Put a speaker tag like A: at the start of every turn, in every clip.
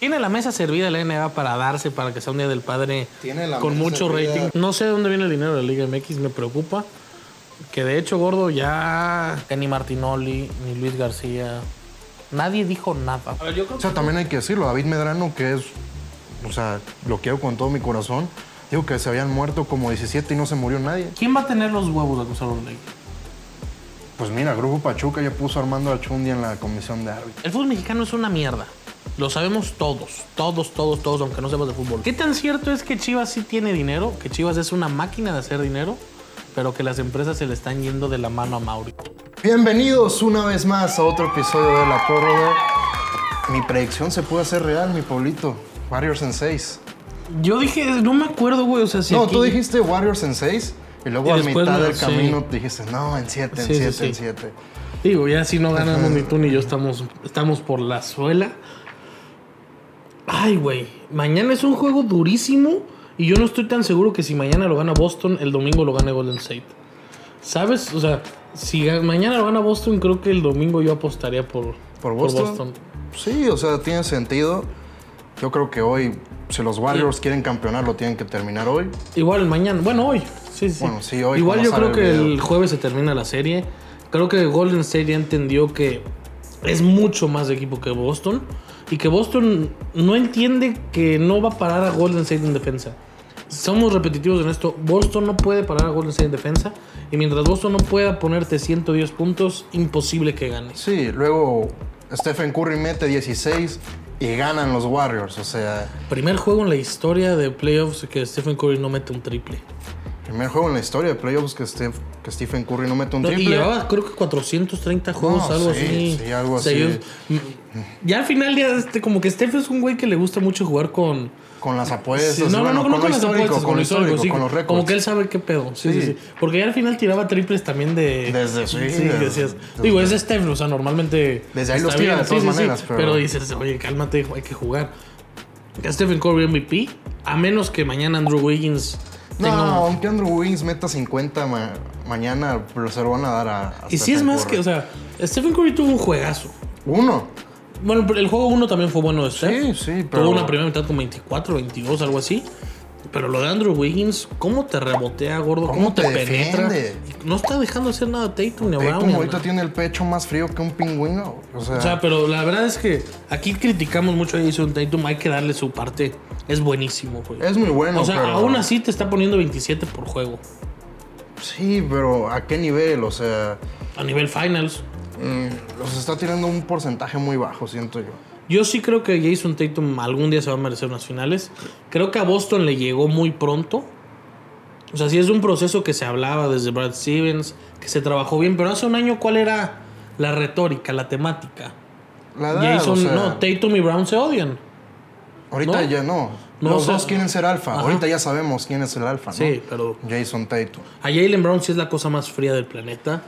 A: Tiene la mesa servida la NBA para darse, para que sea un día del padre
B: Tiene la
A: con
B: mesa
A: mucho
B: servida.
A: rating. No sé de dónde viene el dinero de la Liga MX, me preocupa. Que de hecho, gordo, ya que ni Martinoli, ni Luis García, nadie dijo nada. A ver, yo creo
C: O sea, también hay que decirlo, David Medrano, que es, o sea, lo quiero con todo mi corazón, digo que se habían muerto como 17 y no se murió nadie.
A: ¿Quién va a tener los huevos de acusar a Orlegui?
C: Pues mira, Grupo Pachuca ya puso a Armando Achundi en la comisión de árbitros.
A: El fútbol mexicano es una mierda. Lo sabemos todos, todos, todos, todos, aunque no sepas de fútbol. ¿Qué tan cierto es que Chivas sí tiene dinero? Que Chivas es una máquina de hacer dinero, pero que las empresas se le están yendo de la mano a Mauri.
C: Bienvenidos una vez más a otro episodio de La Prórroga. Mi predicción se puede hacer real, mi Pablito. Warriors en 6.
A: Yo dije, no me acuerdo, güey, o sea, si
C: no,
A: aquí-
C: tú dijiste Warriors en 6 y luego
A: Y
C: a
A: después
C: mitad
A: me-
C: del
A: sí.
C: camino dijiste, no, en 7, en
A: Sí, sí,
C: 7,
A: sí.
C: en 7.
A: Digo, ya si no ganamos ni tú ni yo estamos, estamos por la suela. Ay, güey. Mañana es un juego durísimo. Y yo no estoy tan seguro que si mañana lo gana Boston, el domingo lo gane Golden State. ¿Sabes? O sea, si ga- mañana lo gana Boston, creo que el domingo yo apostaría por,
C: ¿Por Boston? Sí, o sea, tiene sentido. Yo creo que hoy, si los Warriors quieren campeonar, lo tienen que terminar hoy.
A: Igual mañana, bueno, hoy. Sí, sí.
C: Bueno, sí, hoy,
A: Igual
C: como
A: yo
C: sale
A: creo que
C: el video.
A: el jueves se termina la serie. Creo que Golden State ya entendió que es mucho más de equipo que Boston y que Boston no entiende que no va a parar a Golden State en defensa. Somos repetitivos en esto. Boston no puede parar a Golden State en defensa y mientras Boston no pueda ponerte 110 puntos, imposible que ganes.
C: Sí, luego Stephen Curry mete 16 y ganan los Warriors. O sea,
A: Primer juego en la historia de playoffs que Stephen Curry no mete un triple.
C: primer juego en la historia de playoffs que, Steph- que Stephen Curry no mete un
A: No,
C: triple.
A: Y llevaba creo que 430 juegos,
C: No,
A: algo
C: sí,
A: así.
C: sí, algo así.
A: Seguidos. M- Ya al final, ya este, como que Steph es un güey que le gusta mucho jugar con.
C: Con las apuestas.
A: Sí, no,
C: Pues
A: no,
C: bueno,
A: no,
C: con,
A: no
C: lo
A: con las
C: histórico,
A: apuestas,
C: con lo histórico,
A: sí,
C: con los récords.
A: Como que él sabe qué pedo. Sí, sí,
C: Sí.
A: sí. Porque ya al final tiraba triples también de.
C: Desde- sí,
A: que
C: desde-
A: decías.
C: desde-
A: Digo, es Steph, o sea, normalmente.
C: Desde ahí los
A: está
C: tira de todas maneras,
A: pero...
C: pero-
A: dices, oye, cálmate, hay que jugar. Ya Stephen Curry MVP, a menos que mañana Andrew Wiggins
C: No,
A: tenga un-
C: aunque Andrew Wiggins meta 50 ma- mañana, pero se lo van a dar a. a
A: Y si es
C: Stephen
A: más
C: Curry.
A: que, o sea, Stephen Curry tuvo un juegazo.
C: Uno.
A: Bueno, pero el juego 1 también fue bueno de Steph.
C: Sí, sí, pero-
A: ¿Eh? Tuvo una primera mitad con 24, 22, algo así. Pero lo de Andrew Wiggins, ¿cómo te rebotea, gordo? ¿Cómo,
C: ¿Cómo
A: te,
C: te
A: penetra?
C: defiende?
A: No está dejando hacer nada a Tatum ni a Brown.
C: Tatum
A: ni a
C: ahorita
A: nada.
C: tiene el pecho más frío que un pingüino. O sea,
A: O sea, pero la verdad es que aquí criticamos mucho a Jason Tatum. Hay que darle su parte. Es buenísimo, güey.
C: es muy bueno.
A: o sea,
C: pero-
A: aún así te está poniendo 27 por juego.
C: Sí, pero ¿a qué nivel? O sea,
A: A nivel finals.
C: mm, los está tirando un porcentaje muy bajo, siento yo.
A: Yo sí creo que Jason Tatum algún día se va a merecer unas finales. Creo que a Boston le llegó muy pronto. O sea, sí es un proceso que se hablaba desde Brad Stevens, que se trabajó bien, pero hace un año, ¿cuál era la retórica, la temática?
C: La edad,
A: Jason,
C: o sea,
A: no, Tatum y Brown se odian.
C: ahorita
A: no.
C: ya no.
A: No,
C: los
A: o sea-
C: dos quieren ser alfa.
A: Ajá.
C: Ahorita ya sabemos quién es el alfa, ¿no?
A: Sí, pero
C: Jason Tatum.
A: a Jalen Brown sí es la cosa más fría del planeta.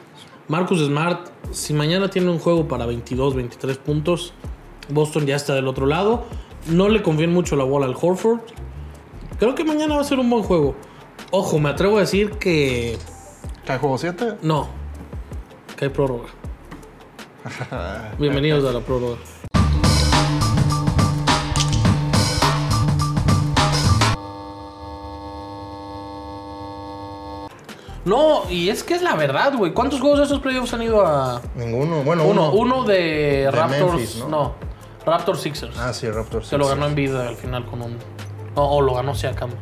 A: Marcus Smart, si mañana tiene un juego para 22, 23 puntos, Boston ya está del otro lado. No le confían mucho la bola al Horford. Creo que mañana va a ser un buen juego. Ojo, me atrevo a decir que
C: ¿Cae juego 7?
A: no. Que hay prórroga. Bienvenidos a la prórroga. No, y es que es la verdad, güey. ¿Cuántos juegos de esos playoffs han ido a.
C: Ninguno. Bueno,
A: Uno,
C: uno.
A: uno de Raptors.
C: Memphis,
A: ¿no?
C: ¿no?
A: Raptors Sixers.
C: Ah, sí, Raptors.
A: se lo
C: sí,
A: ganó en vida al final con un. No, o lo ganó Siakam.
C: sí.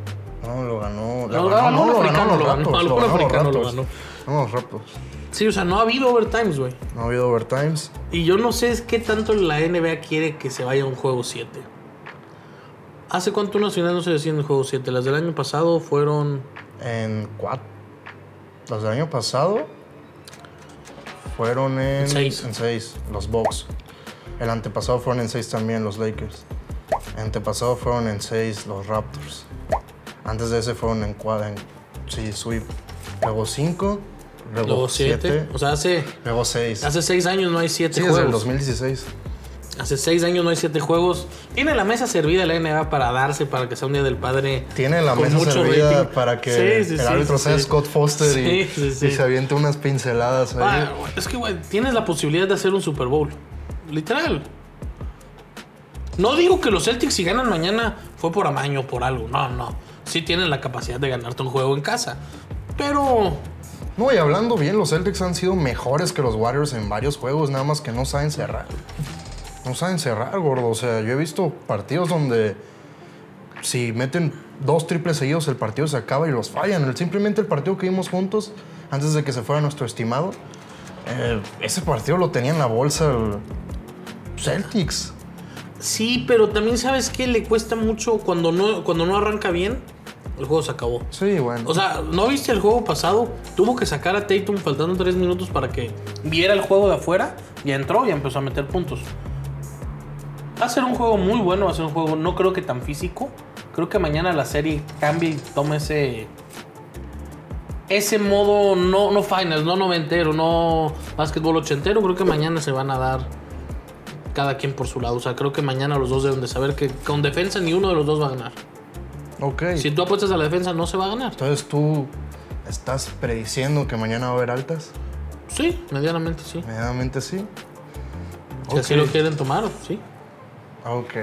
C: No, lo ganó.
A: Lo ganó
C: no,
A: algún africano,
C: los
A: lo ganó,
C: Raptors,
A: algún
C: los
A: africano lo
C: Raptors.
A: ganó.
C: No, los Raptors.
A: Sí, o sea, no ha habido overtimes, güey.
C: No ha habido overtimes.
A: Y yo no sé es qué tanto la NBA quiere que se vaya a un juego 7. ¿Hace cuánto unas finales no se decían en el juego 7? Las del año pasado fueron.
C: En cuatro. Los del año pasado fueron en,
A: seis.
C: en seis, los Bucks. El antepasado fueron en seis también los Lakers. El antepasado fueron en seis los Raptors. Antes de ese fueron en cuatro. En, sí, sweep. Luego cinco. Luego,
A: Luego
C: siete.
A: 7. O sea, hace.
C: luego seis.
A: Hace 6 años no hay 7
C: sí, desde el
A: juegos.
C: 2016.
A: Hace 6 años no hay 7 juegos. Tiene la mesa servida la NBA para darse, para que sea un día del padre.
C: Tiene la
A: con
C: mesa
A: mucho
C: servida
A: rating.
C: para que
A: Sí, sí,
C: el
A: sí,
C: árbitro
A: sí,
C: sea
A: sí.
C: Scott Foster y,
A: Sí, sí, sí.
C: y se aviente unas pinceladas ahí.
A: Ah, güey, es que, güey, tienes la posibilidad de hacer un Super Bowl. Literal. No digo que los Celtics si ganan mañana fue por amaño, por algo. No, no. Sí tienen la capacidad de ganarte un juego en casa. Pero
C: No, y hablando bien, los Celtics han sido mejores que los Warriors en varios juegos, nada más que no saben cerrar. No saben cerrar, gordo. O sea, yo he visto partidos donde si meten dos triples seguidos, el partido se acaba y los fallan. El- simplemente el partido que vimos juntos, antes de que se fuera nuestro estimado, eh, ese partido lo tenía en la bolsa el Celtics.
A: sí, pero también sabes que le cuesta mucho cuando no, cuando no arranca bien, el juego se acabó.
C: Sí, bueno.
A: O sea, ¿no viste el juego pasado? Tuvo que sacar a Tatum faltando tres minutos para que viera el juego de afuera. Y entró y empezó a meter puntos. Va a ser un juego muy bueno, va a ser un juego no creo que tan físico. Creo que mañana la serie cambie y tome ese... Ese modo no, no finals, no noventero, no básquetbol ochentero. Creo que mañana se van a dar cada quien por su lado. O sea, creo que mañana los dos deben de saber que con defensa ni uno de los dos va a ganar.
C: ok.
A: Si tú apuestas a la defensa no se va a ganar.
C: Entonces tú estás prediciendo que mañana va a haber altas.
A: Sí, medianamente sí.
C: Medianamente sí.
A: Si así
C: Ok.
A: lo quieren tomar, sí.
C: Ok.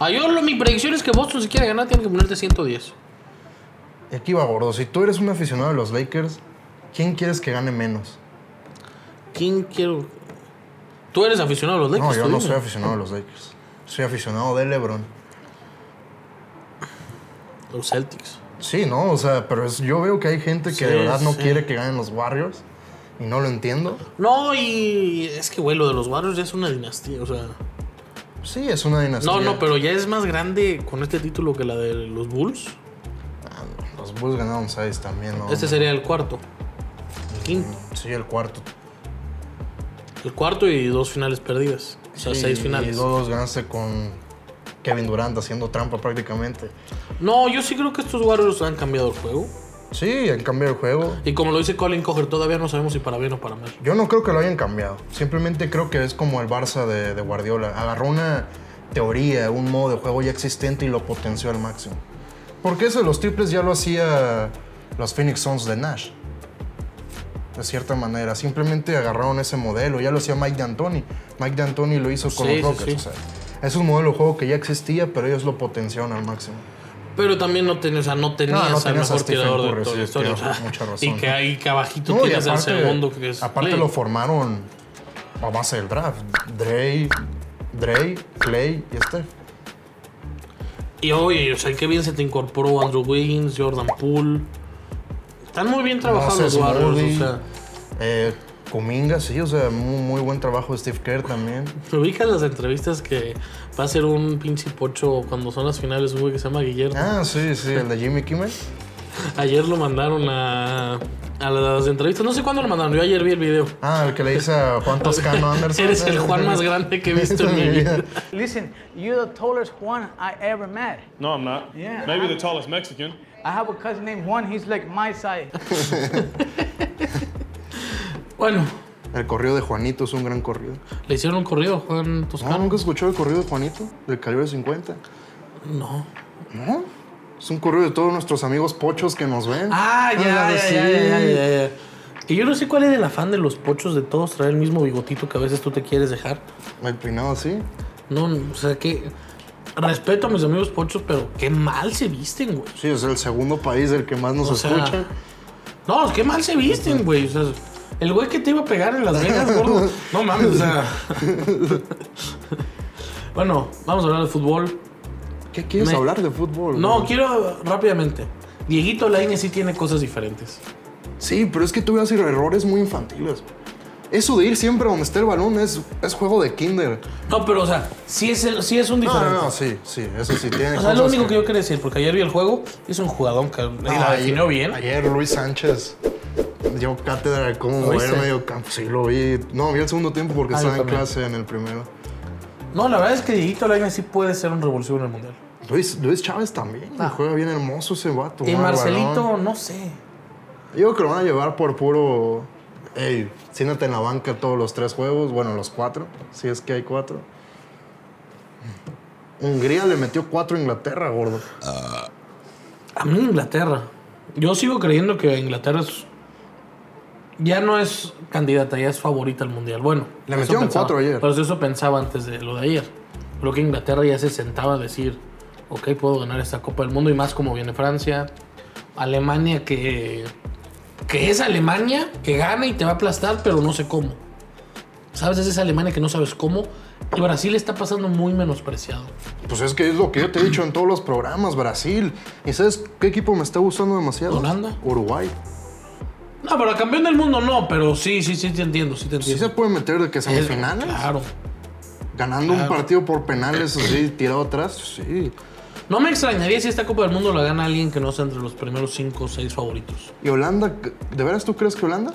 A: Ah, yo lo, mi predicción es que Boston, si quiere ganar, tiene que ponerte 110.
C: Y aquí va, gordo. Si tú eres un aficionado de los Lakers, ¿quién quieres que gane menos?
A: ¿Quién quiero? Tú eres aficionado a los Lakers.
C: No, yo
A: tú
C: no
A: dime.
C: soy aficionado de los Lakers. Soy aficionado de LeBron.
A: Los Celtics.
C: Sí, ¿no? O sea, pero es- yo veo que hay gente que de
A: Sí,
C: verdad no
A: sí.
C: quiere que ganen los Warriors. Y no lo entiendo.
A: No, y es que, güey, lo de los Warriors ya es una dinastía. O sea,
C: Sí, es una dinastía.
A: no, no, pero ya es más grande con este título que la de los Bulls.
C: Ah, no, Los Bulls ganaron 6 también, ¿no?
A: Este sería el cuarto. El quinto.
C: Sí, el cuarto.
A: El cuarto y dos finales perdidas. O sea,
C: Sí,
A: seis
C: Y
A: finales.
C: dos ganaste con Kevin Durant haciendo trampa prácticamente.
A: No, yo sí creo que estos Warriors han cambiado el juego.
C: Sí, han cambiado el juego.
A: Y como lo dice Colin Coger, todavía no sabemos si para bien o para mal.
C: Yo no creo que lo hayan cambiado. Simplemente creo que es como el Barça de, de Guardiola. Agarró una teoría, un modo de juego ya existente y lo potenció al máximo. Porque eso de los triples ya lo hacía los Phoenix Suns de Nash. De cierta manera. Simplemente agarraron ese modelo. Ya lo hacía Mike D'Antoni. Mike D'Antoni lo hizo con
A: Sí, sí,
C: los Rockets.
A: sí.
C: o sea, es un modelo de juego que ya existía, pero ellos lo potenciaron al máximo.
A: Pero también no tenías, o sea, no tenías,
C: No, no
A: al
C: tenías a
A: mejor
C: Stephen
A: tirador
C: Curry,
A: de toda
C: sí,
A: la historia.
C: tienes
A: o sea,
C: mucha razón.
A: Y que ahí que abajito
C: No, y
A: tienes
C: aparte-
A: el segundo que es.
C: Aparte
A: Clay.
C: lo formaron a base del draft. Dre, Dre, Clay y este. Steph.
A: Y oye, o sea, qué bien se te incorporó Andrew Wiggins, Jordan Poole. Están muy bien trabajados los
C: Moses
A: Warriors,
C: Moody.
A: o sea.
C: Eh, Kuminga, sí, o sea, muy, muy buen trabajo de Steve Kerr también.
A: ¿te ubicas las entrevistas que va a ser un pinche pocho cuando son las finales, un güey que se llama Guillermo.
C: Ah, sí, sí, el de Jimmy Kimmel.
A: Ayer lo mandaron a, a las entrevistas. No sé cuándo lo mandaron, yo ayer vi el video.
C: Ah, el que le dice a Juan Toscano Anderson.
A: Eres el Juan más grande que he visto en mi vida.
B: Listen, you're the tallest Juan I ever met.
D: No, I'm not.
B: Yeah.
D: Maybe the tallest Mexican.
B: I have a cousin named Juan, he's like my size.
A: Bueno,
C: El corrido de Juanito es un gran corrido.
A: le hicieron un corrido a Juan
C: No,
A: Toscano.
C: ¿Nunca escuchó el corrido de Juanito? Del calibre 50.
A: no.
C: ¿No? Es un corrido de todos nuestros amigos pochos que nos ven.
A: Ah, ya,
C: Ah,
A: ya,
C: sí.
A: ya, ya, ya, ya, ya. Que yo no sé cuál es el afán de los pochos de todos traer el mismo bigotito que a veces tú te quieres dejar.
C: El peinado así.
A: No, o sea que respeto a mis amigos pochos, pero qué mal se visten, güey.
C: Sí, es el segundo país del que más nos
A: O sea,
C: escucha.
A: No, qué mal se visten, güey. O sea, el güey que te iba a pegar en Las Vegas, gordo. No mames, o sea. bueno, vamos a hablar de fútbol.
C: ¿Qué quieres
A: me-
C: hablar de fútbol?
A: No,
C: güey?
A: quiero rápidamente. Dieguito Laine sí tiene cosas diferentes.
C: Sí, pero es que tú veas errores muy infantiles. Eso de ir siempre a donde esté el balón es, es juego de kinder.
A: No, pero o sea, sí es, el- sí es un
C: No,
A: diferente.
C: no, no, sí, sí, eso sí tiene.
A: O sea, es lo
C: cosas
A: único que yo quería decir, porque ayer vi el juego, es un jugadón que y
C: No,
A: la definió
C: ayer-
A: bien.
C: Ayer Luis Sánchez dio cátedra de cómo
A: ¿Lo
C: mover
A: viste?
C: medio campo. Sí, lo vi. No, vi el segundo tiempo porque
A: Ah, yo
C: estaba en
A: también.
C: clase en el primero.
A: No, la verdad es que Dieguito Lainez sí puede ser un revulsivo en el mundial.
C: Luis, Luis Chávez también. Juega bien hermoso ese vato.
A: Ah. y
C: mal
A: Marcelito,
C: balón.
A: no sé.
C: Yo creo que lo van a llevar por puro. Ey, siéntate en la banca todos los tres juegos. Bueno, los cuatro, si es que hay cuatro. Hungría le metió cuatro a Inglaterra, gordo.
A: A mí Inglaterra. Yo sigo creyendo que Inglaterra es- ya no es candidata, ya es favorita al mundial. Bueno,
C: Le
A: eso
C: metieron
A: pensaba.
C: cuatro ayer.
A: Pero eso pensaba antes de lo de ayer. Creo que Inglaterra ya se sentaba a decir, ok, puedo ganar esta Copa del Mundo y más como viene Francia. Alemania que, que es Alemania, que gana y te va a aplastar, pero no sé cómo. ¿Sabes? Es esa Alemania que no sabes cómo. Y Brasil está pasando muy menospreciado.
C: Pues es que es lo que yo te he dicho en todos los programas, Brasil. ¿Y sabes qué equipo me está gustando demasiado?
A: ¿Holanda?
C: Uruguay.
A: No, pero campeón del mundo no, pero sí, sí, sí te entiendo, sí te
C: Sí
A: entiendo.
C: se puede meter de que
A: Es-
C: semifinales.
A: Claro.
C: Ganando
A: Claro.
C: un partido por penales así, tirado atrás. Sí.
A: No me extrañaría si esta Copa del Mundo la gana alguien que no sea entre los primeros 5 o 6 favoritos.
C: ¿Y Holanda? ¿De veras tú crees que Holanda?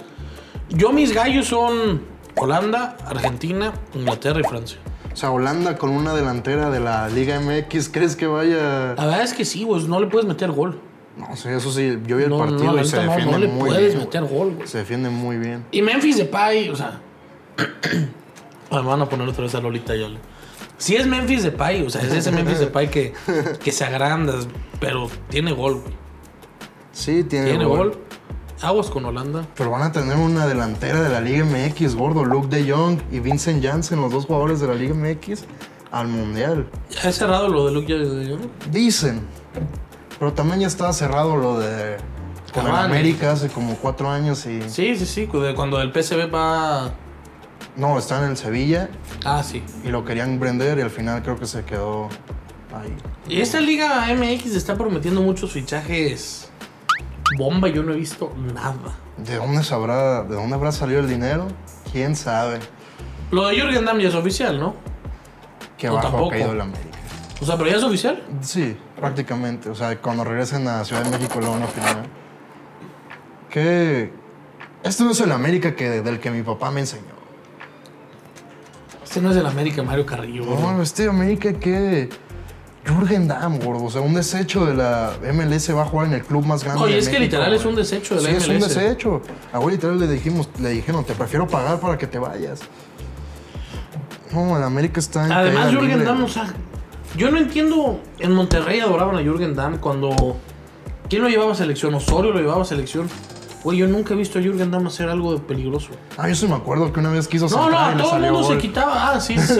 A: Yo mis gallos son Holanda, Argentina, Inglaterra y Francia.
C: O sea, Holanda con una delantera de la Liga MX, ¿crees que vaya...?
A: La verdad es que sí, güey, no le puedes meter gol.
C: No sé, eso sí, yo vi el
A: No, no,
C: partido
A: la
C: y se
A: neta no,
C: defiende
A: no le
C: muy
A: puedes
C: bien. güey.
A: meter gol, güey.
C: Se defiende muy bien.
A: Y Memphis Depay, o sea. Ah, me van a poner otra vez a Lolita Yole. Sí es Memphis Depay, o sea, es ese Memphis Depay que, que se agranda, pero tiene gol, güey.
C: Sí, tiene,
A: Tiene
C: gol.
A: gol. Aguas con Holanda.
C: Pero van a tener una delantera de la Liga MX, gordo. Luke de Jong y Vincent Janssen, los dos jugadores de la Liga MX, al Mundial.
A: Ya he cerrado lo de Luke Yole.
C: Dicen. Pero también ya estaba cerrado lo de... Con el
A: Cavani.
C: América hace como cuatro años y...
A: Sí, sí, sí. de Cuando el PSV va.
C: No, está en el Sevilla
A: Ah, sí.
C: y lo querían vender y al final creo que se quedó ahí.
A: Y esta Liga MX está prometiendo muchos fichajes. Bomba, yo no he visto nada.
C: ¿De dónde sabrá, de dónde habrá salido el dinero? ¿Quién sabe?
A: Lo de Jürgen Damm ya es oficial, ¿no?
C: Que
A: No,
C: bajo
A: tampoco.
C: ha caído la América.
A: O sea, pero ya es oficial.
C: Sí, prácticamente. O sea, cuando regresen a Ciudad de México lo van a firmar. Que esto no es el América que, del que mi papá me enseñó.
A: Este no es del América, Mario Carrillo. güey.
C: No, este América que Jürgen Damm, gordo. O sea, un desecho de la MLS va a jugar en el club más grande.
A: Oye,
C: de
A: es que
C: México,
A: literal es un
C: güey.
A: desecho de la
C: Sí, es un
A: MLS.
C: desecho. A güey literal le dijimos, le dijeron, te prefiero pagar para que te vayas. No, el América está en
A: Además,
C: caída
A: Jürgen
C: libre.
A: Damm, o sea, yo no entiendo. En Monterrey adoraban a Jürgen Damm cuando. ¿Quién lo llevaba a selección? Osorio lo llevaba a selección. Güey, yo nunca he visto a Jürgen Damm hacer algo de peligroso.
C: Ah, yo sí me acuerdo que una vez quiso
A: No,
C: saltar
A: no,
C: y
A: a
C: le
A: todo el
C: salió
A: mundo se
C: gol.
A: quitaba. Ah, sí, sí.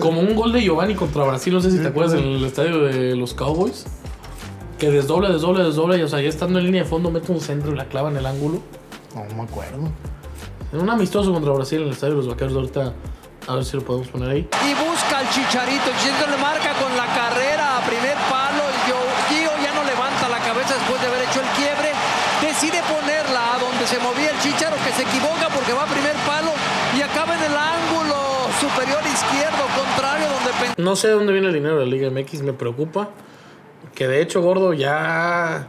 A: Como un gol de Giovanni contra Brasil, no sé si te acuerdas, en el estadio de los Cowboys. Que desdobla, desdobla, desdobla. Y, o sea, ya estando en línea de fondo, mete un centro y la clava en el ángulo.
C: No me acuerdo.
A: En un amistoso contra Brasil en el estadio de los Vaqueros de ahorita. A ver si lo podemos poner ahí.
D: y busca al Chicharito. Chicharito le marca con la carrera a primer palo. Yo- Gio ya no levanta la cabeza después de haber hecho el quiebre. Decide ponerla a donde se movía el Chicharo, que se equivoca porque va a primer palo y acaba en el ángulo superior izquierdo, contrario donde pensaba.
A: No sé de dónde viene el dinero de la Liga MX, me preocupa. Que de hecho, gordo, ya.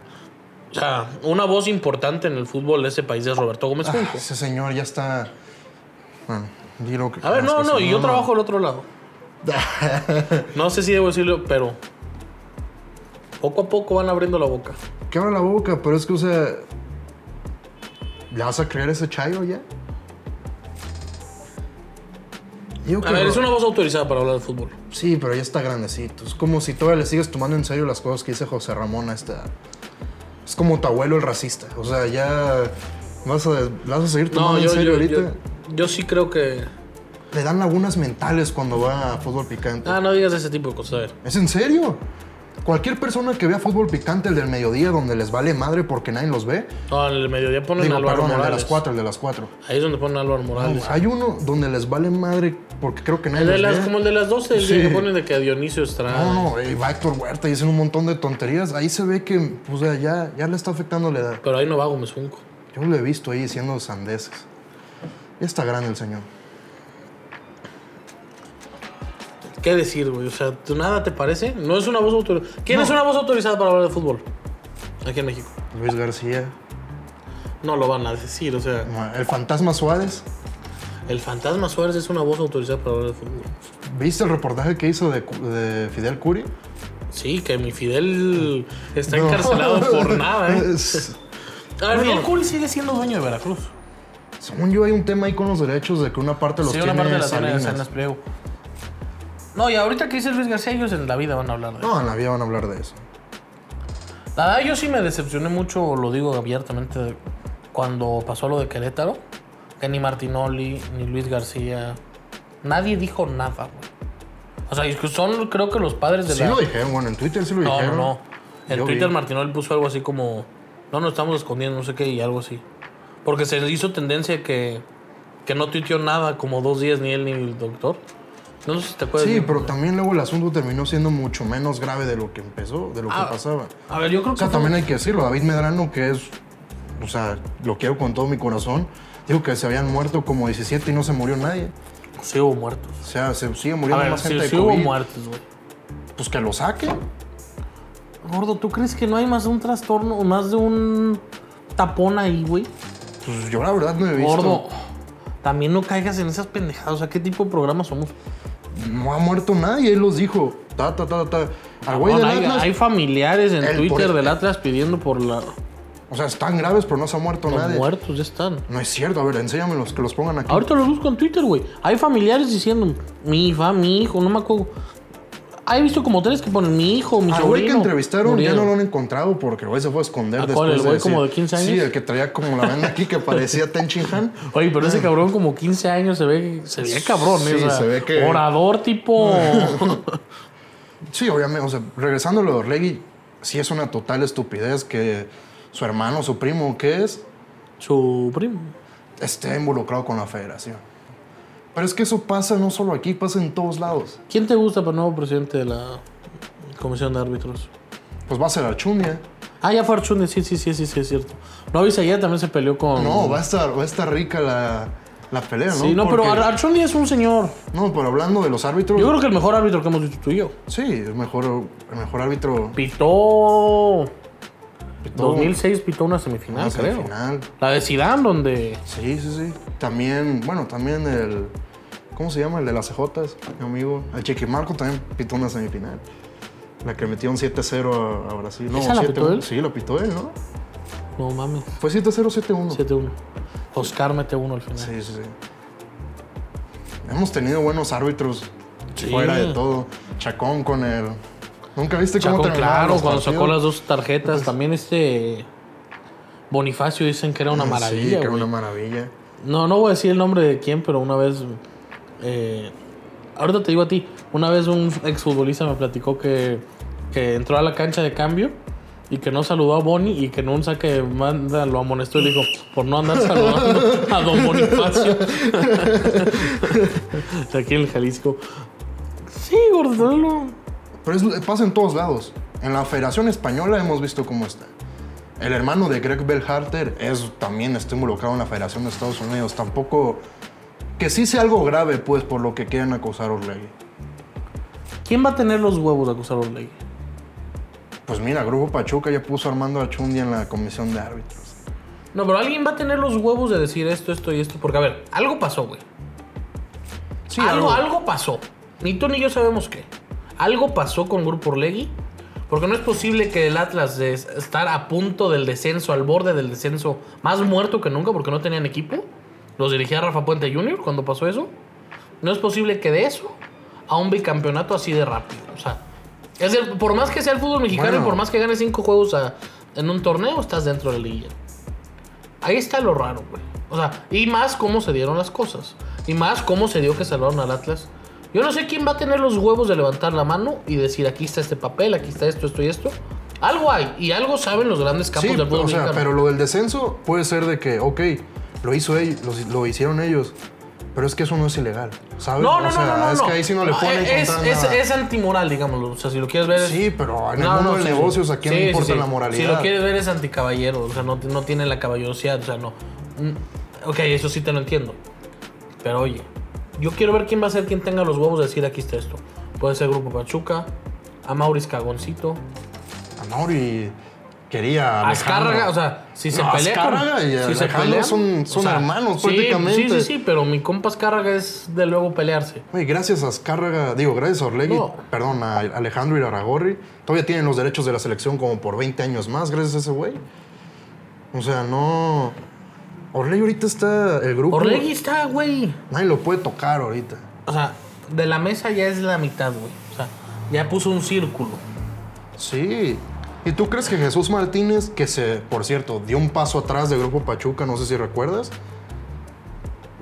A: O sea, una voz importante en el fútbol de ese país es Roberto Gómez
C: Ah,
A: Junco.
C: ese señor ya está. Bueno, di lo que
A: A ver,
C: quieras
A: no,
C: que
A: no,
C: sea.
A: y yo trabajo del otro lado. No sé si debo decirlo, pero. Poco a poco van abriendo la boca.
C: Que abra la boca, pero es que, o sea. ¿Le vas a creer a ese chayo ya? Digo
A: A
C: que
A: ver,
C: no.
A: es una voz autorizada para hablar de fútbol.
C: Sí, pero ya está grandecito. Es como si todavía le sigues tomando en serio las cosas que dice José Ramón a esta edad. Es como tu abuelo el racista. O sea, ya. ¿Vas a, ¿le vas a seguir tomando
A: No,
C: en
A: yo,
C: serio
A: yo,
C: ahorita?
A: yo, yo sí creo que.
C: Le dan lagunas mentales cuando va a fútbol picante.
A: Ah, no digas ese tipo de cosas. A ver.
C: ¿Es en serio? Cualquier persona que vea fútbol picante el del mediodía donde les vale madre porque nadie los ve.
A: No, en el mediodía ponen a
C: Digo,
A: Álvaro
C: perdón, el de
A: Morales.
C: las cuatro, pues, el de las cuatro.
A: Ahí es donde ponen a Álvaro Morales.
C: Hay uno donde les vale madre porque creo que nadie
A: El de
C: los
A: las-
C: ve.
A: como el de las 12, el
C: pues, Sí. Ah.
A: día que ponen de que a Dionisio Estrada.
C: No, no, y va Héctor Huerta y dicen un montón de tonterías. Ahí se ve que, o sea, ya, ya le está afectando la edad.
A: Pero ahí no va Gómez Junco.
C: Yo lo he visto ahí diciendo sandeces. Ya está grande el señor.
A: ¿Qué decir, güey? O sea, ¿tú ¿nada te parece? No es una voz autorizada. ¿Quién es una voz autorizada para hablar de fútbol? Aquí en México.
C: Luis García,
A: No lo van a decir, o sea,
C: el fantasma Suárez.
A: el fantasma Suárez es una voz autorizada para hablar de fútbol.
C: ¿Viste el reportaje que hizo de, Cu- de Fidel Curi?
A: Sí, que mi Fidel está
C: No.
A: encarcelado por nada, ¿eh?
C: Es-
A: A ver, Fidel Curi sigue siendo dueño de Veracruz.
C: Según yo, hay un tema ahí con los derechos de que una parte los
A: Sí,
C: tiene
A: una parte de la tiene de
C: Salinas.
A: Salinas Pliego. No, y ahorita que dice Luis García, ellos en la vida van a hablar de eso.
C: No, en la vida van a hablar de eso.
A: La verdad, yo sí me decepcioné mucho, lo digo abiertamente, cuando pasó lo de Querétaro. Que ni Martinoli, ni Luis García, nadie dijo nada, güey. O sea, es que son creo que los padres de
C: Sí
A: la...
C: lo dijeron, bueno, en Twitter sí lo
A: no, no,
C: dijeron.
A: no. En
C: Yo
A: Twitter
C: vi.
A: Martinoli puso algo así como... No, nos estamos escondiendo, no sé qué, y algo así. Porque se hizo tendencia que, que no tuiteó nada como dos días ni él ni el doctor. No sé si te acuerdas.
C: Sí,
A: bien.
C: pero también luego el asunto terminó siendo mucho menos grave de lo que empezó, de lo
A: Ah,
C: que pasaba.
A: A ver, yo creo
C: O sea,
A: que... fue-
C: también hay que decirlo, David Medrano, que es, o sea, lo quiero con todo mi corazón, dijo que se habían muerto como 17 y no se murió nadie.
A: Sí hubo muertos.
C: O sea, se sigue
A: A
C: muriendo
A: ver,
C: más
A: sí,
C: gente de
A: sí hubo
C: COVID.
A: muertos, güey.
C: Pues que lo saquen.
A: Gordo, ¿tú crees que no hay más de un trastorno, más de un tapón ahí, güey?
C: Pues yo la verdad no he visto.
A: Gordo, también no caigas en esas pendejadas. O sea, ¿qué tipo de programa somos?
C: No ha muerto nadie, él los dijo. Ta, ta, ta, ta. Al güey
A: No,
C: del
A: hay,
C: Atlas,
A: hay familiares en
C: El-
A: Twitter
C: por-
A: del Atlas pidiendo por la,
C: O sea, están graves, pero no se ha muerto
A: los
C: nadie.
A: muertos, ya están.
C: No es cierto, a ver, enséñamelos, que los pongan aquí.
A: Ahorita los busco en Twitter, güey. Hay familiares diciendo, mi hija, mi hijo, no me acuerdo. He visto como tres que ponen mi hijo, mi
C: Al
A: sobrino.
C: güey que entrevistaron ya
A: murieron".
C: no lo han encontrado porque el güey se fue a esconder
A: ¿A
C: después
A: cuál, el güey
C: decir-
A: como de 15 años?
C: Sí, el que traía como la venda aquí que parecía Tenchin Han.
A: Oye, pero ese cabrón como 15 años se ve, se ve cabrón, ¿eh?
C: Ah. Sí,
A: O sea,
C: se ve que-
A: Orador tipo...
C: Sí, obviamente, o sea, regresando a lo de Orlegui, sí es una total estupidez que su hermano, su primo, ¿qué es?
A: su primo.
C: Esté involucrado con la federación. Pero es que eso pasa no solo aquí, pasa en todos lados.
A: ¿Quién te gusta para nuevo presidente de la comisión de árbitros?
C: Pues va a ser Archundia.
A: Ah, ya fue Archundia, sí, sí, sí, sí, sí, es cierto. No, Ayer también se peleó con...
C: No, va a estar, va a estar rica la, la pelea, ¿no?
A: Sí, no, pero
C: Porque-
A: Ar- Archundia es un señor.
C: No, pero hablando de los árbitros.
A: Yo creo que el mejor árbitro que hemos visto tú y yo.
C: Sí, el mejor, el mejor árbitro.
A: Pitó...
C: Pitó
A: 2006 pitó una semifinal,
C: una
A: Ah, creo.
C: semifinal.
A: La de Zidane, donde...
C: Sí, sí, sí. También, bueno, también el. ¿Cómo se llama? El de las CJs, mi amigo. El Chequimarco también pitó una semifinal. La que metió un 7-0 a, a Brasil. No,
A: ¿Esa la
C: 7-1.
A: pitó él?
C: Sí, la pitó él, ¿no?
A: No mames,
C: Fue 7-0, 7-1.
A: 7-1. Oscar mete uno al final.
C: Sí, sí, sí. Hemos tenido buenos árbitros
A: Sí.
C: fuera de todo. Chacón con el. ¿Nunca viste cómo
A: Chacón,
C: terminaron
A: claro,
C: los
A: cuando sacó las
C: partidos?
A: dos tarjetas.
C: Pues
A: También este Bonifacio dicen que era una
C: Ah, Sí,
A: maravilla.
C: que era
A: güey.
C: una maravilla.
A: No, no voy a decir el nombre de quién, pero una vez. eh, ahorita te digo a ti. Una vez un exfutbolista me platicó que, que entró a la cancha de cambio y que no saludó a Boni y que en un saque de manda lo amonestó y le dijo por no andar saludando a don Bonifacio. De aquí en el Jalisco. Sí, gordo. no.
C: Pero es- pasa en todos lados. En la Federación Española hemos visto cómo está. El hermano de Greg Belharter es, también está involucrado en la Federación de Estados Unidos. Tampoco. Que sí sea algo grave, pues, por lo que quieren acusar a Orlegui.
A: ¿Quién va a tener los huevos de acusar a Orlegui?
C: Pues mira, Grupo Pachuca ya puso a Armando Achundi en la comisión de árbitros.
A: No, pero alguien va a tener los huevos de decir esto, esto y esto. Porque, a ver, algo pasó, güey.
C: Sí,
A: algo, algo pasó. Ni tú ni yo sabemos qué. Algo pasó con Grupo Orlegui. Porque no es posible que el Atlas de estar a punto del descenso, al borde del descenso, más muerto que nunca porque no tenían equipo. Los dirigía Rafa Puente Jr. cuando pasó eso. No es posible que de eso a un bicampeonato así de rápido. O sea, es el- por más que sea el fútbol mexicano
C: Bueno.
A: y por más que ganes cinco juegos a- en un torneo, estás dentro de la liguilla. Ahí está lo raro, güey. O sea, y más cómo se dieron las cosas. Y más cómo se dio que salvaron al Atlas. Yo no sé quién va a tener los huevos de levantar la mano y decir, aquí está este papel, aquí está esto, esto y esto. Algo hay, y algo saben los grandes campos
C: Sí,
A: del fútbol
C: o sea,
A: mexicano.
C: pero lo del descenso puede ser de que, ok, lo hizo ellos, lo, lo hicieron ellos. Pero es que eso no es ilegal, ¿sabes?
A: No,
C: O
A: no,
C: sea,
A: no, no, no.
C: Es
A: no. Eh,
C: que ahí sí no le pueden
A: es,
C: encontrar
A: es,
C: nada.
A: es antimoral, digámoslo. O sea, si lo quieres ver... es-
C: Sí, pero en el
A: No,
C: mundo
A: no,
C: de
A: sí, sí.
C: negocios, ¿a quién
A: Sí,
C: le
A: sí,
C: importa
A: sí.
C: la moralidad?
A: Si lo quieres ver es anticaballero, o sea, no, no tiene la caballerosidad, o sea, no. Mm, Ok, eso sí te lo entiendo. Pero oye, yo quiero ver quién va a ser quien tenga los huevos de decir aquí está esto. Puede ser Grupo Pachuca, a Maurice Cagoncito,
C: A Mauri quería. a Alejandro.
A: Azcárraga, o sea, si se
C: No,
A: pelea con-
C: Azcárraga y Alejandro son- son hermanos
A: sí,
C: prácticamente.
A: Sí, sí, sí, pero mi compa Azcárraga es de luego pelearse.
C: Güey, gracias a Azcárraga, digo, gracias a Orlegui,
A: No.
C: perdón, a Alejandro Iraragorri, todavía tienen los derechos de la selección como por 20 años más, gracias a ese güey. O sea, no. Orlegui ahorita está el grupo.
A: Orlegui está, güey.
C: Nadie lo puede tocar ahorita.
A: O sea, de la mesa ya es la mitad, güey. O sea, ya puso un círculo.
C: Sí. ¿Y tú crees que Jesús Martínez, que se, por cierto, dio un paso atrás del Grupo Pachuca, no sé si recuerdas,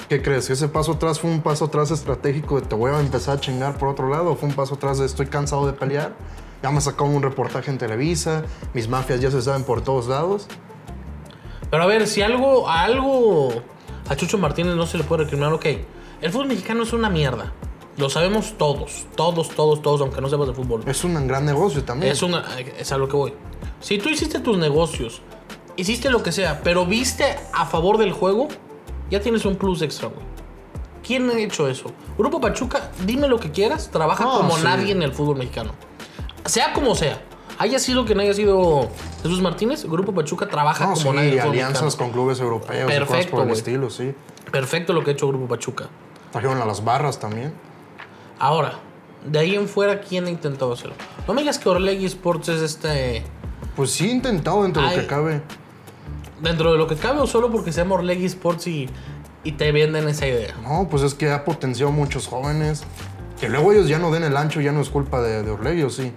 C: ¿Qué crees? ¿Ese paso atrás fue un paso atrás estratégico de te voy a empezar a chingar por otro lado? ¿O fue un paso atrás de estoy cansado de pelear? Ya me sacaron un reportaje en Televisa, mis mafias ya se saben por todos lados.
A: Pero a ver, si algo, a algo a Chucho Martínez no se le puede recriminar, ok. El fútbol mexicano es una mierda. Lo sabemos todos, todos, todos, todos, aunque no sepas de fútbol.
C: Es un gran negocio también.
A: Es, una, es a lo que voy. Si tú hiciste tus negocios, hiciste lo que sea, pero viste a favor del juego, ya tienes un plus extra, güey. ¿Quién ha hecho eso? Grupo Pachuca, dime lo que quieras, trabaja
C: No,
A: como
C: sí.
A: nadie en el fútbol mexicano. Sea como sea, haya sido quien haya sido Jesús Martínez, Grupo Pachuca trabaja
C: No,
A: como
C: sí,
A: nadie. en el fútbol
C: alianzas
A: mexicano.
C: con clubes europeos y cosas
A: Perfecto,
C: por el
A: güey.
C: estilo, sí.
A: Perfecto lo que ha hecho Grupo Pachuca.
C: Trajeron a las barras también.
A: Ahora, de ahí en fuera, ¿quién ha intentado hacerlo? No me digas que Orlegui Sports es este.
C: Pues sí, he intentado dentro de lo
A: Ay.
C: que cabe.
A: Dentro de lo que cabe o solo porque se llama Orlegui Sports y, y te venden esa idea.
C: No, pues es que ha potenciado muchos jóvenes. Que luego ellos ya no den el ancho, ya no es culpa de, de Orlegui, ¿o sí.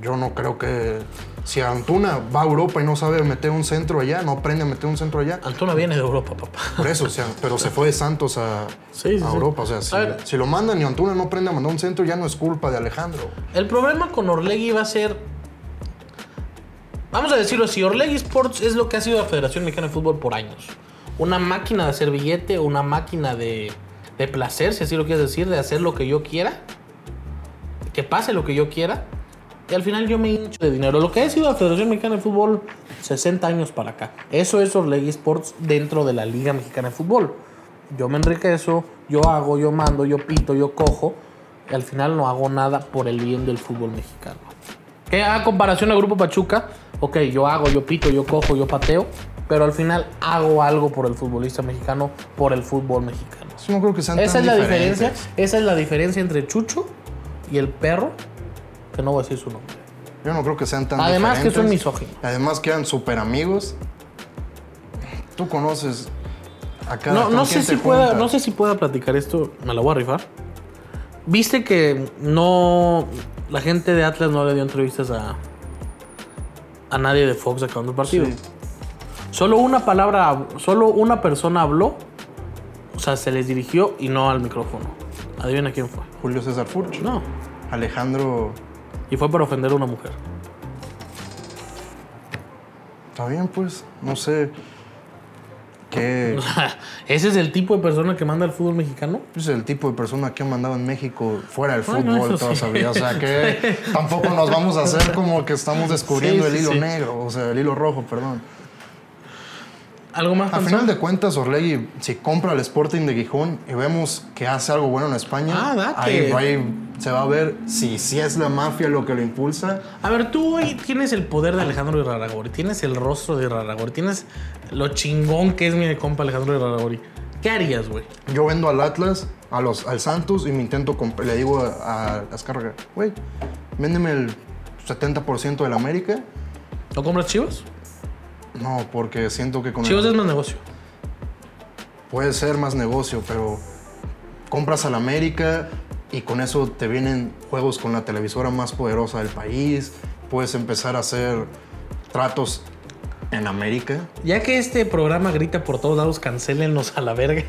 C: Yo no creo que. Si Antuna va a Europa y no sabe meter un centro allá, no aprende a meter un centro allá.
A: Antuna viene de Europa, papá.
C: Por eso, o sea, pero se fue de Santos a,
A: Sí, sí,
C: a
A: sí.
C: Europa. O sea,
A: A
C: si,
A: ver.
C: si lo mandan y Antuna no aprende a mandar un centro, ya no es culpa de Alejandro.
A: El problema con Orlegui va a ser. Vamos a decirlo así: Orlegui Sports es lo que ha sido la Federación Mexicana de Fútbol por años. Una máquina de hacer billete, una máquina de, de placer, si así lo quieres decir, de hacer lo que yo quiera, que pase lo que yo quiera. Y al final yo me hincho de dinero. Lo que ha sido la Federación Mexicana de Fútbol 60 años para acá. Eso es Orlegui Sports dentro de la Liga Mexicana de Fútbol. Yo me enriquezo, yo hago, yo mando, yo pito, yo cojo. Y al final no hago nada por el bien del fútbol mexicano. Que a comparación al Grupo Pachuca, ok, yo hago, yo pito, yo cojo, yo pateo. Pero al final hago algo por el futbolista mexicano, por el fútbol mexicano.
C: Yo No creo que sean
A: Esa
C: tan
A: es la
C: diferentes.
A: diferencia. Esa es la diferencia entre Chucho y el perro, que no voy a decir su nombre.
C: Yo no creo que sean tan
A: Además que son
C: diferentes.
A: misóginos.
C: Además que eran súper amigos. Tú conoces a cada
A: No,
C: con
A: no
C: quién
A: sé
C: te
A: si pueda,
C: juntas.
A: no sé si pueda platicar esto, me la voy a rifar. Viste que no la gente de Atlas no le dio entrevistas a a nadie de Fox acabando el partido.
C: Sí.
A: Solo una palabra, hab- solo una persona habló, o sea, se les dirigió y no al micrófono. Adivina quién fue.
C: Julio César Furch.
A: No.
C: Alejandro.
A: Y fue para ofender a una mujer.
C: Está bien, pues. No sé. ¿Qué
A: Ese es el tipo de persona que manda el fútbol mexicano.
C: es el tipo de persona que han mandado en México fuera del fútbol
A: Bueno, eso
C: toda esa
A: sí.
C: vida? O sea, que tampoco nos vamos a hacer como que estamos descubriendo
A: Sí, sí,
C: el hilo
A: sí.
C: negro, o sea, el hilo rojo, perdón.
A: Algo más.
C: Al
A: Gonzalo?
C: final de cuentas, Orlegui, si compra el Sporting de Gijón y vemos que hace algo bueno en España,
A: Ah, date.
C: ahí, ahí se va a ver si, si es la mafia lo que lo impulsa.
A: A ver, tú hoy tienes el poder de Alejandro Irarragori, tienes el rostro de Irarragori, tienes lo chingón que es mi compa Alejandro Irarragori. ¿Qué harías, güey?
C: Yo vendo al Atlas, a los, al Santos y me intento comp- le digo a, a Azcárraga, güey, véndeme el 70% del América.
A: ¿No compras Chivas?
C: No, porque siento que con el-
A: Chivas es más negocio.
C: puede ser más negocio, pero compras al América y con eso te vienen juegos con la televisora más poderosa del país, puedes empezar a hacer tratos en América.
A: Ya que este programa grita por todos lados, cancélennos a la verga.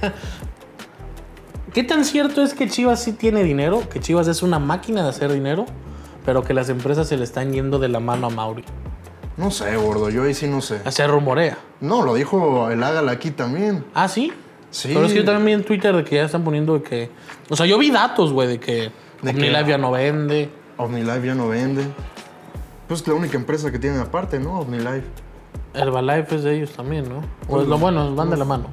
A: ¿Qué tan cierto es que Chivas sí tiene dinero? Que Chivas es una máquina de hacer dinero, pero que las empresas se le están yendo de la mano a Mauri.
C: No sé, gordo, yo ahí sí no sé.
A: Se rumorea.
C: No, lo dijo el Ágala aquí también.
A: ¿Ah, sí?
C: Sí.
A: Pero es que yo también vi en Twitter de que ya están poniendo de que... O sea, yo vi datos, güey, de que...
C: De
A: Omnilive
C: que-
A: ya no vende.
C: OmniLife ya no vende. Pues es la única empresa que tienen aparte, ¿no? OmniLife.
A: Herbalife es de ellos también, ¿no? Pues lo bueno, van de la mano.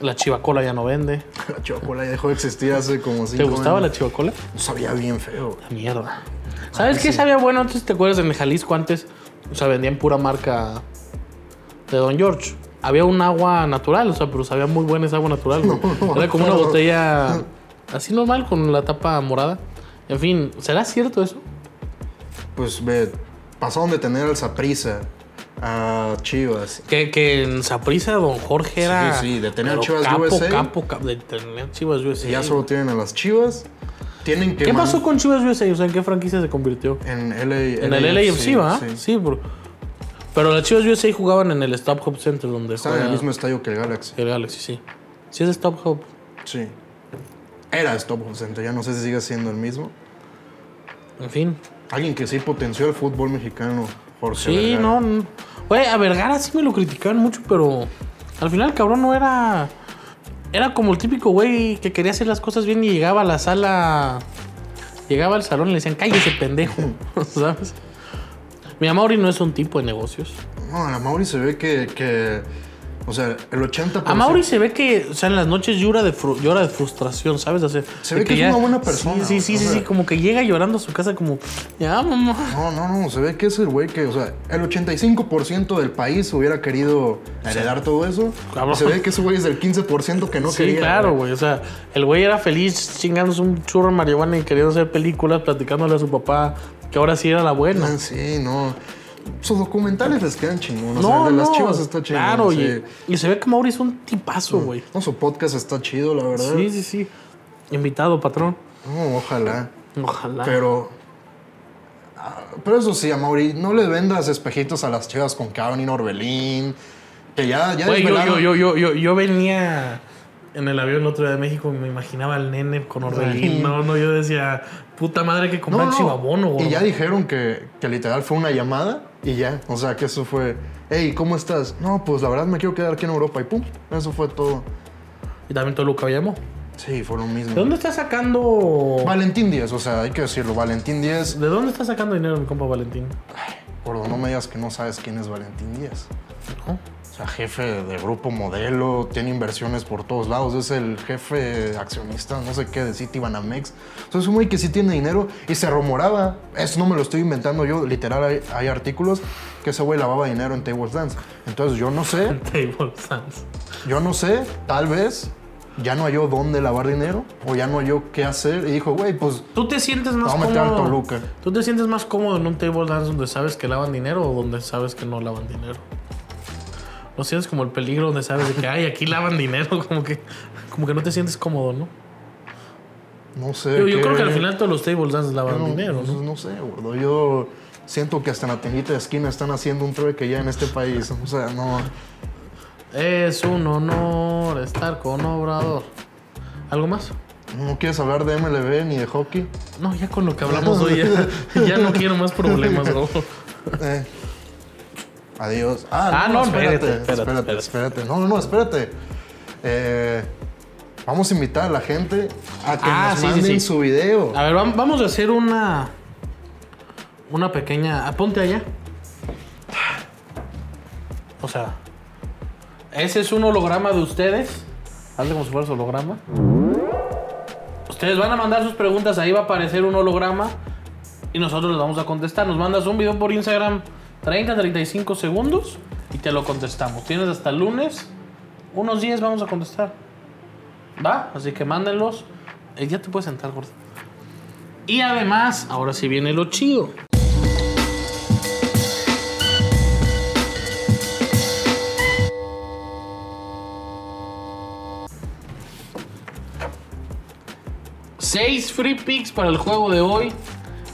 A: La chivacola ya no vende.
C: La chocola ya dejó de existir hace como cinco
A: ¿Te gustaba la
C: años.
A: chivacola?
C: Sabía bien feo.
A: La mierda. ¿Sabes qué sabía bueno antes? ¿Te acuerdas en Jalisco antes? O sea, vendían pura marca de Don George. Había un agua natural, o sea, pero sabía muy buena esa agua natural. güey.
C: no,
A: Era como
C: no.
A: una botella así normal con la tapa morada. En fin, ¿será cierto eso?
C: Pues ve, pasaron de tener al Saprisa a Chivas.
A: Que, que en Saprisa Don Jorge era.
C: Sí, sí, de tener
A: pero
C: Chivas
A: capo,
C: USA.
A: Capo, capo, de tener Chivas USA.
C: Y ya solo tienen a las Chivas. Tienen que
A: ¿Qué
C: man-
A: pasó con Chivas USA? O sea, ¿en qué franquicia se convirtió?
C: en LA,
A: En el LAFC, ¿va? Sí,
C: Sí.
A: bro. Pero las Chivas USA jugaban en el Stop Hop Center, donde
C: Está en
A: juega
C: el mismo estadio que el Galaxy.
A: el Galaxy, sí. Si es Stop Hop.
C: Sí. Era Stop Home Center, ya no sé si sigue siendo el mismo.
A: En fin.
C: Alguien que sí potenció el fútbol mexicano, Jorge.
A: Sí,
C: Vergara.
A: no. no. Güey, a Vergara sí me lo criticaban mucho, pero al final el cabrón no era. Era como el típico güey que quería hacer las cosas bien y llegaba a la sala. Llegaba al salón y le decían, cállese, pendejo. ¿Sabes? Mi Amauri no es un tipo de negocios.
C: No, a Mauri se ve que, que. O sea, el 80%.
A: A Mauri se ve que, o sea, en las noches llora de, fru- llora de frustración, ¿sabes? O sea,
C: Se
A: de
C: ve que es una buena persona,
A: Sí, sí, sí,
C: o
A: sí,
C: sea.
A: sí, como que llega llorando a su casa como, ya, mamá.
C: No, no, no, se ve que es el güey que, o sea, el 85% del país hubiera querido heredar todo eso.
A: Cabrón.
C: Se ve que ese güey es del 15% que no
A: sí,
C: quería.
A: claro, güey. O sea, el güey era feliz chingándose un churro de marihuana y queriendo hacer películas, platicándole a su papá que ahora sí era la buena.
C: Ah, sí, no. Sus documentales les quedan chingones.
A: no,
C: el de
A: no.
C: las chivas está chingón.
A: Claro,
C: sí. Mm.
A: y, y se ve que Mauri es un tipazo, güey.
C: No, su podcast está chido, la verdad.
A: Sí, sí, sí. Invitado, patrón.
C: No, ojalá.
A: Ojalá.
C: Pero. ah, Pero eso sí, Amaury, no le vendas espejitos a las chivas con Caroline Orbelín. Que ya, ya
A: Güey, yo,
C: desvelaron-
A: yo, yo, yo, yo, yo venía en el avión el otro día de México y me imaginaba al nene con Orbelín. No, no, yo decía, puta madre que
C: No,
A: comprar
C: no.
A: chivabono,
C: Y
A: güey.
C: ya dijeron que, que literal fue una llamada y ya. O sea, que eso fue, hey, ¿cómo estás? No, pues la verdad me quiero quedar aquí en Europa y pum. Eso fue todo.
A: Y también Toluca llamó.
C: Sí, fue lo mismo.
A: ¿De dónde está sacando.
C: Valentín Díaz, o sea, hay que decirlo. Valentín Díaz,
A: ¿De dónde está sacando dinero mi compa Valentín?
C: gordo, no me digas que no sabes quién es Valentín Díaz.
A: ¿No?
C: O sea, jefe de grupo modelo, tiene inversiones por todos lados, es el jefe accionista, no sé qué, de City Banamex. O sea, es un güey que sí tiene dinero y se rumoraba, eso no me lo estoy inventando yo, literal hay, hay artículos que ese güey lavaba dinero en Tables Dance. Entonces yo no sé,
A: Table Sans.
C: yo no sé, tal vez ya no halló dónde lavar dinero o ya no halló qué hacer y dijo, güey, pues
A: ¿Tú te sientes más
C: Vamos a meter al
A: cómodo?
C: Toluca.
A: ¿Tú te sientes más cómodo en un table dance donde sabes que lavan dinero o donde sabes que no lavan dinero? ¿No sientes como el peligro donde sabes de que, ay, aquí lavan dinero? Como que, como que no te sientes cómodo, ¿no?
C: no sé.
A: Yo, yo
C: qué-
A: creo que al final todos los table dance
C: yo
A: lavan
C: no,
A: dinero,
C: pues,
A: ¿no?
C: no sé, gordo, yo... Siento que hasta en la tiendita de esquina están haciendo un trueque ya en este país. O sea, no.
A: Es un honor estar con Obrador. ¿Algo más?
C: ¿No quieres hablar de MLB ni de hockey?
A: No, ya con lo que hablamos hoy, ya, ya no quiero más problemas, ¿no?
C: Eh. Adiós.
A: Ah, no, espérate,
C: espérate, espérate,
A: espérate,
C: espérate. No, no, no, espérate. Eh, vamos a invitar a la gente a que
A: Ah,
C: nos
A: sí, sí,
C: manden
A: sí. Ah,
C: su video.
A: A ver, vam- vamos a hacer una. Una pequeña. ah, Ponte allá. O sea. Ese es un holograma de ustedes. Hazle como si fuera su holograma. Ustedes van a mandar sus preguntas, ahí va a aparecer un holograma. Y nosotros les vamos a contestar. Nos mandas un video por Instagram 30, 35 segundos y te lo contestamos. Tienes hasta el lunes. Unos 10 vamos a contestar. ¿Va? Así que mándenlos. Eh, ya te puedes sentar, gordo. Y además, ahora sí viene lo chido. Seis free picks para el juego de hoy.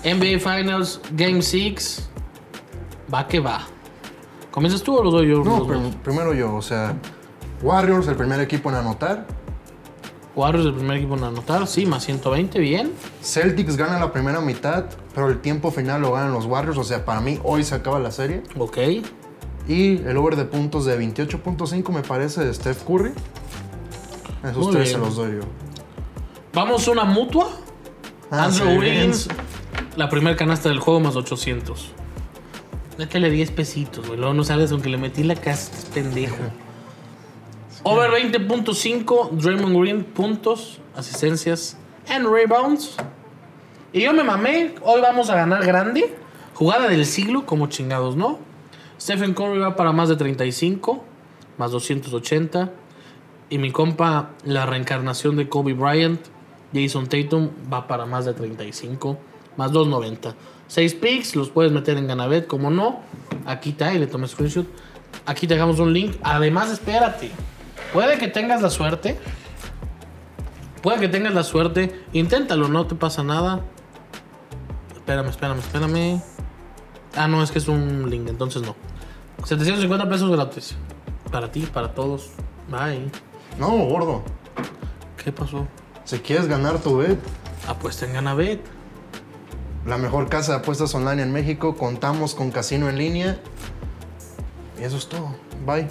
A: NBA Finals Game 6. Va que va. ¿Comienzas tú o los doy yo?
C: no,
A: Los
C: pero
A: dos.
C: primero yo, o sea, Warriors, el primer equipo en anotar.
A: Warriors del primer equipo en anotar. Sí, más 120, bien.
C: Celtics gana la primera mitad, pero el tiempo final lo ganan los Warriors. O sea, para mí hoy se acaba la serie.
A: Ok.
C: Y el over de puntos de 28.5 me parece de Steph Curry. Esos
A: Muy
C: tres
A: bien.
C: se los doy yo.
A: Vamos a una mutua.
C: Ah,
A: Andrew
C: sí,
A: Wiggins, la primera canasta del juego más 800. Métele 10 pesitos, güey. Luego no sales aunque le metí la casa, es pendejo. Over 20.5, Draymond Green, puntos, asistencias and rebounds. Y yo me mamé, hoy vamos a ganar grande. Jugada del siglo, como chingados, ¿no? Stephen Curry va para más de 35, más 280. Y mi compa, la reencarnación de Kobe Bryant, Jason Tatum, va para más de 35, más 290. 6 picks, los puedes meter en Ganabet, como no. Aquí está, y le tomé screenshot. Aquí te dejamos un link. Además, espérate. Puede que tengas la suerte. Puede que tengas la suerte. Inténtalo, no te pasa nada. Espérame, espérame, espérame. Ah, no, es que es un link, entonces no. 750 pesos gratis. Para ti, para todos. Bye.
C: No, gordo.
A: ¿Qué pasó? Ah, pues
C: Si quieres ganar tu bet,
A: Apuesta en Ganabet.
C: la mejor casa de apuestas online en México, contamos con casino en línea. Y eso es todo. Bye.